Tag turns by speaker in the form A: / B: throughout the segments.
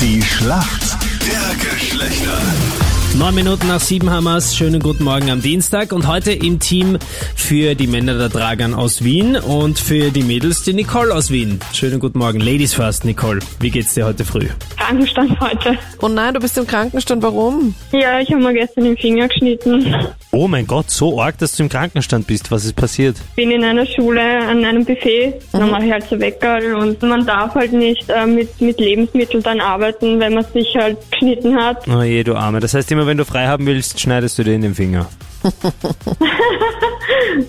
A: Schlacht der Geschlechter.
B: Neun Minuten nach sieben haben wir's. Schönen guten Morgen am Dienstag. Und heute im Team für die Männer der Dragan aus Wien und für die Mädels die Nicole aus Wien. Schönen guten Morgen. Ladies first, Nicole. Wie geht's dir heute früh?
C: Krankenstand heute.
D: Oh nein, du bist im Krankenstand, warum?
C: Ja, ich habe mir gestern den Finger geschnitten.
E: Oh mein Gott, so arg, dass du im Krankenstand bist. Was ist passiert?
C: Bin in einer Schule an einem Buffet. Dann mache ich halt so Weckerl und man darf halt nicht äh, mit, mit Lebensmitteln dann arbeiten, wenn man sich halt geschnitten hat.
E: Oh
B: eh,
E: je, du Arme. Das heißt, immer wenn du frei haben willst, schneidest du dir in den Finger.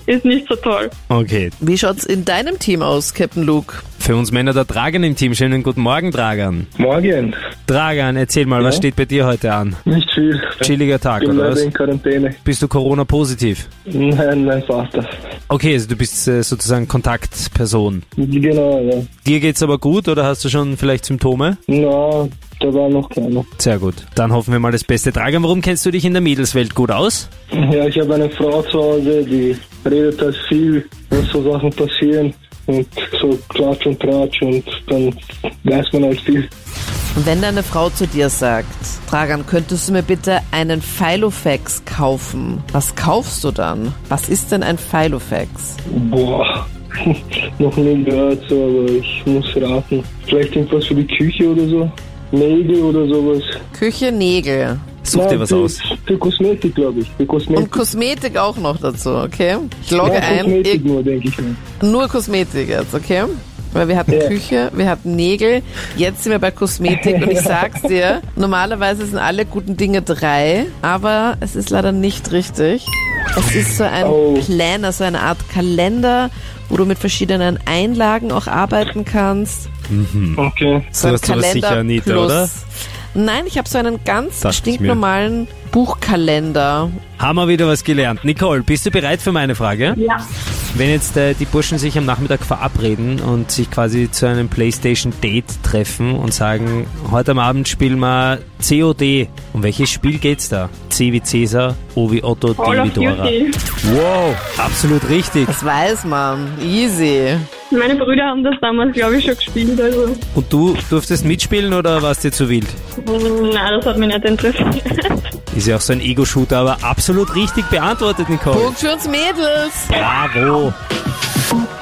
C: Ist nicht so toll.
E: Okay.
D: Wie schaut's in deinem Team aus, Captain Luke?
E: Für uns Männer der Dragan im Team. Schönen guten Morgen, Dragan.
F: Morgen.
E: Dragan, erzähl mal, was steht bei dir heute an?
F: Nicht viel.
E: Chilliger Tag,
F: Ich bin
E: oder
F: leider
E: was?
F: in Quarantäne.
E: Bist du Corona-positiv?
F: Nein, mein Vater.
E: Okay, also du bist äh, sozusagen Kontaktperson.
F: Genau, ja.
E: Dir geht's aber gut oder hast du schon vielleicht Symptome?
F: Na, da war noch keiner.
E: Sehr gut. Dann hoffen wir mal das Beste. Dragan, warum kennst du dich in der Mädelswelt gut aus?
F: Ja, ich habe eine Frau zu Hause, die redet halt viel, was so Sachen passieren. Und so Klatsch und Tratsch und dann weiß man halt viel.
D: Wenn deine Frau zu dir sagt, Dragan, könntest du mir bitte einen Filofax kaufen? Was kaufst du dann? Was ist denn ein Filofax?
F: Boah, noch nie gehört so, aber ich muss raten. Vielleicht irgendwas für die Küche oder so? Nägel oder sowas.
D: Küche, Nägel.
E: Such
F: Nein,
E: dir was
F: für,
E: aus.
F: Für Kosmetik, glaube ich. Für
D: Und
F: Kosmetik.
D: Kosmetik auch noch dazu, okay? Ich logge
F: Ja,
D: ein.
F: Kosmetik
D: Ihr,
F: nur, denke ich mir.
D: nur Kosmetik jetzt, okay? Weil wir hatten
F: Ja.
D: Küche, wir hatten Nägel, jetzt sind wir bei Kosmetik und ich sag's dir, normalerweise sind alle guten Dinge drei, aber es ist leider nicht richtig. Es ist so ein
F: Oh.
D: Planner, so eine Art Kalender, wo du mit verschiedenen Einlagen auch arbeiten kannst.
F: Okay.
D: So
E: Du
D: ein
E: hast sowas
D: Kalender
E: sicher, Anita,
D: plus.
E: oder?
D: Nein, ich habe so einen ganz
E: Dachte ich mir.
D: stinknormalen Buchkalender.
E: Haben wir wieder was gelernt. Nicole, bist du bereit für meine Frage?
C: Ja.
E: Wenn jetzt äh, die Burschen sich am Nachmittag verabreden und sich quasi zu einem Playstation-Date treffen und sagen, heute am Abend spielen wir COD. Um welches Spiel geht's da? C wie Cäsar, O wie Otto, D
C: Call
E: wie
C: of
E: Dora.
C: Duty.
E: Wow, absolut richtig.
D: Das weiß man. Easy.
C: Meine Brüder haben das damals, glaube ich, schon gespielt. Also,
E: Und du durftest mitspielen oder warst dir zu wild?
C: na, das hat mich nicht interessiert.
E: Ist ja auch so ein Ego-Shooter, aber absolut richtig beantwortet, Nicole.
D: Punkt für uns Mädels.
E: Bravo.